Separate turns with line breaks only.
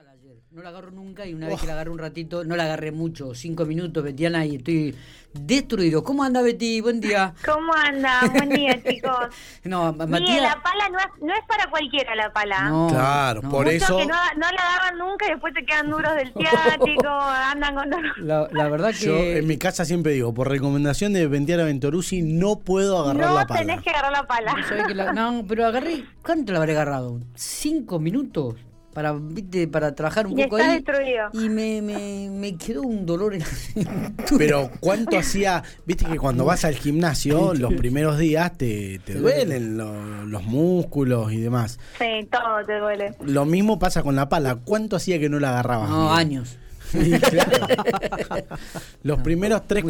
ayer. No la agarro nunca y una vez que la agarré un ratito, no la agarré mucho, cinco minutos, Betiana, y estoy destruido. ¿Cómo anda, Betty? Buen día.
¿Cómo anda? Buen día, chicos.
No, Ma-
Miren,
Matías.
la pala no es, no es para cualquiera la pala.
No,
Claro,
no.
por e-
Muchos
eso
que no, no la daban nunca y después se quedan duros del ciático, andan con dolor.
La, la verdad que.
yo en mi casa siempre digo, por recomendación de Ventiana Ventorusi, no puedo agarrar
No
la pala.
tenés que agarrar la pala.
¿sabés que la- no, pero agarré. ¿Cuánto la habré agarrado? ¿Cinco minutos? Para, viste, para trabajar un
Y
poco
está
ahí.
destruido.
Y me, me, me quedó un dolor en la cintura.
Pero cuánto hacía, viste que cuando vas al gimnasio, los primeros días te, te duelen lo- los músculos y demás.
Sí, todo te duele.
Lo mismo pasa con la pala. ¿Cuánto hacía que no la agarrabas?
No,
Miguel?
años.
Y claro, los primeros 3,